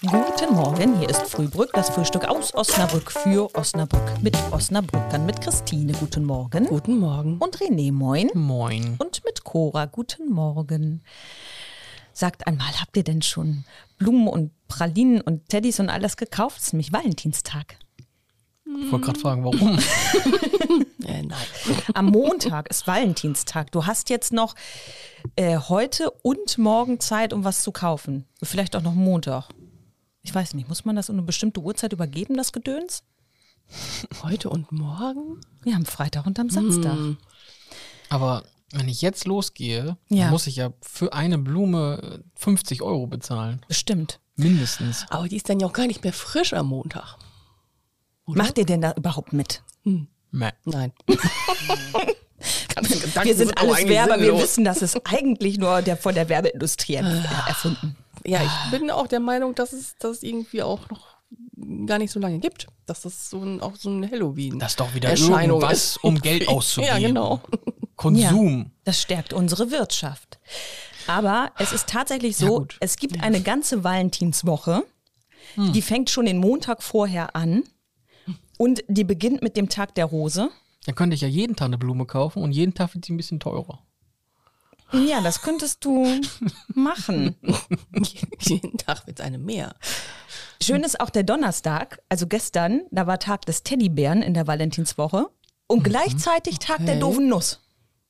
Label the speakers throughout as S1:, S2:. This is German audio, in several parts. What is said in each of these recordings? S1: Guten Morgen, hier ist Frühbrück, das Frühstück aus Osnabrück für Osnabrück mit Osnabrückern, mit Christine, guten Morgen.
S2: Guten Morgen.
S1: Und René, moin.
S3: Hm.
S2: Moin.
S1: Und mit Cora, guten Morgen. Sagt einmal, habt ihr denn schon Blumen und Pralinen und Teddys und alles gekauft? Es ist nämlich Valentinstag.
S2: Ich wollte gerade fragen, warum.
S1: Äh, nein. Am Montag ist Valentinstag. Du hast jetzt noch äh, heute und morgen Zeit, um was zu kaufen. Vielleicht auch noch Montag. Ich weiß nicht, muss man das um eine bestimmte Uhrzeit übergeben, das Gedöns?
S3: Heute und morgen?
S1: Ja, am Freitag und am Samstag.
S2: Mhm. Aber wenn ich jetzt losgehe,
S1: Ja.
S2: dann muss ich ja für eine Blume äh, 50 Euro bezahlen.
S1: Bestimmt.
S2: Mindestens.
S3: Aber die ist dann ja auch gar nicht mehr frisch am Montag.
S1: Macht ihr denn da überhaupt mit?
S2: Meh.
S3: Nein.
S1: wir sind
S2: sind auch
S1: alles
S2: eigentlich
S1: Werber, wir
S2: sinnlos.
S1: wissen, das ist eigentlich nur der, von der Werbeindustrie
S2: Ah.
S1: erf- erfunden.
S3: Ja, ich bin auch der Meinung, dass es das irgendwie auch noch gar nicht so lange gibt. Dass das so ein, auch so ein Halloween
S2: Das ist doch wieder
S3: Erscheinung
S2: irgendwas,
S3: ist.
S2: um Geld auszugeben.
S3: Ja, genau.
S2: Konsum.
S1: Das stärkt unsere Wirtschaft. Aber es ist tatsächlich
S2: Ja, Hm.
S1: so,
S2: gut.
S1: es gibt eine ganze Valentinswoche, die fängt schon den Montag vorher an und die beginnt mit dem Tag der Rose.
S2: Dann könnte ich ja jeden Tag eine Blume kaufen und jeden Tag wird sie ein bisschen teurer.
S1: Ja, das könntest du machen.
S3: Jeden Tag wird es eine mehr.
S1: Schön ist auch der Donnerstag, also gestern, da war Tag des Teddybären in der Valentinswoche und gleichzeitig Tag der doofen Nuss.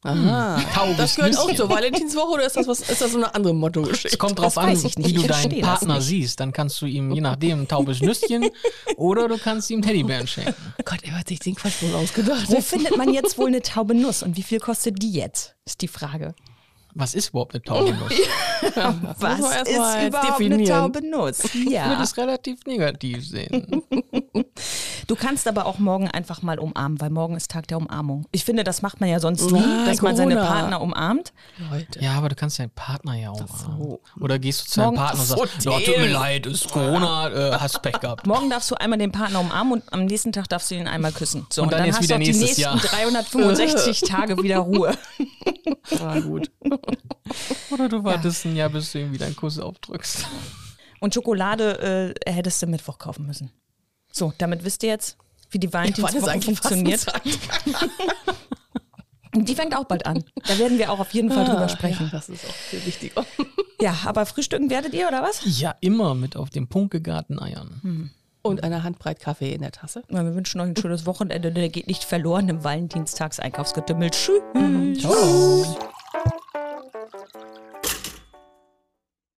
S1: Ah,
S3: Aha.
S2: Taubes
S3: Das gehört auch
S2: Hm, Nüsschen. oh
S3: zur Valentinswoche oder ist das, was, ist das so eine andere Motto-Geschichte?
S2: Es kommt
S1: Das
S2: drauf an,
S1: weiß ich nicht.
S2: wie du
S1: Ich
S2: deinen
S1: verstehe das
S2: Partner
S1: nicht.
S2: siehst. Dann kannst du ihm je nachdem ein taubes Nüsschen oder du kannst ihm Teddybären schenken.
S3: Oh Gott, er hat sich den Quatsch wohl ausgedacht.
S2: Oh,
S1: Wo findet man jetzt wohl eine taube Nuss und wie viel kostet die jetzt? Ist die Frage.
S2: Was ist überhaupt eine taube Nuss?
S1: Was
S3: man erst
S1: ist
S3: mal jetzt
S1: überhaupt eine
S3: definieren.
S1: taube Nuss?
S2: Ich würde
S1: Ja.
S2: es relativ negativ sehen.
S1: Du kannst aber auch morgen einfach mal umarmen, weil morgen ist Tag der Umarmung. Ich finde, das macht man ja sonst nie,
S3: Nein,
S1: dass man seine
S3: Corona.
S1: Partner umarmt.
S3: Leute.
S2: Ja, aber du kannst deinen Partner ja umarmen.
S1: so.
S2: Oder gehst du zu deinem
S1: Morgen-
S2: Partner und sagst,
S3: So,
S2: ja, tut mir
S3: damn.
S2: leid, ist Corona, äh, hast Pech gehabt.
S1: Morgen darfst du einmal den Partner umarmen und am nächsten Tag darfst du ihn einmal küssen. So,
S2: Und dann ist
S1: hast
S2: wieder
S1: du auch die
S2: nächstes
S1: nächsten
S2: Jahr.
S1: 365 Tage wieder Ruhe.
S3: Ah, gut.
S2: Oder du wartest ein Jahr, bis du ihm wieder einen Kuss aufdrückst.
S1: Und Schokolade äh, hättest du Mittwoch kaufen müssen. So, damit wisst ihr jetzt, wie die
S3: Wann ist
S1: Valentinswoche
S3: eigentlich
S1: funktioniert.
S3: Fastenzeit?
S1: Und die fängt auch bald an. Da werden wir auch auf jeden Fall drüber sprechen.
S3: Ah, Ja, das ist auch viel wichtiger.
S1: Ja, aber frühstücken werdet ihr oder was?
S2: Ja, immer mit auf den Punkt gegarten Eiern.
S3: Und eine Handbreit Kaffee in der Tasse.
S1: Na, wir wünschen euch ein schönes Wochenende. Der geht nicht verloren im Valentinstags-Einkaufsgetümmel. Tschüss.
S2: Ciao.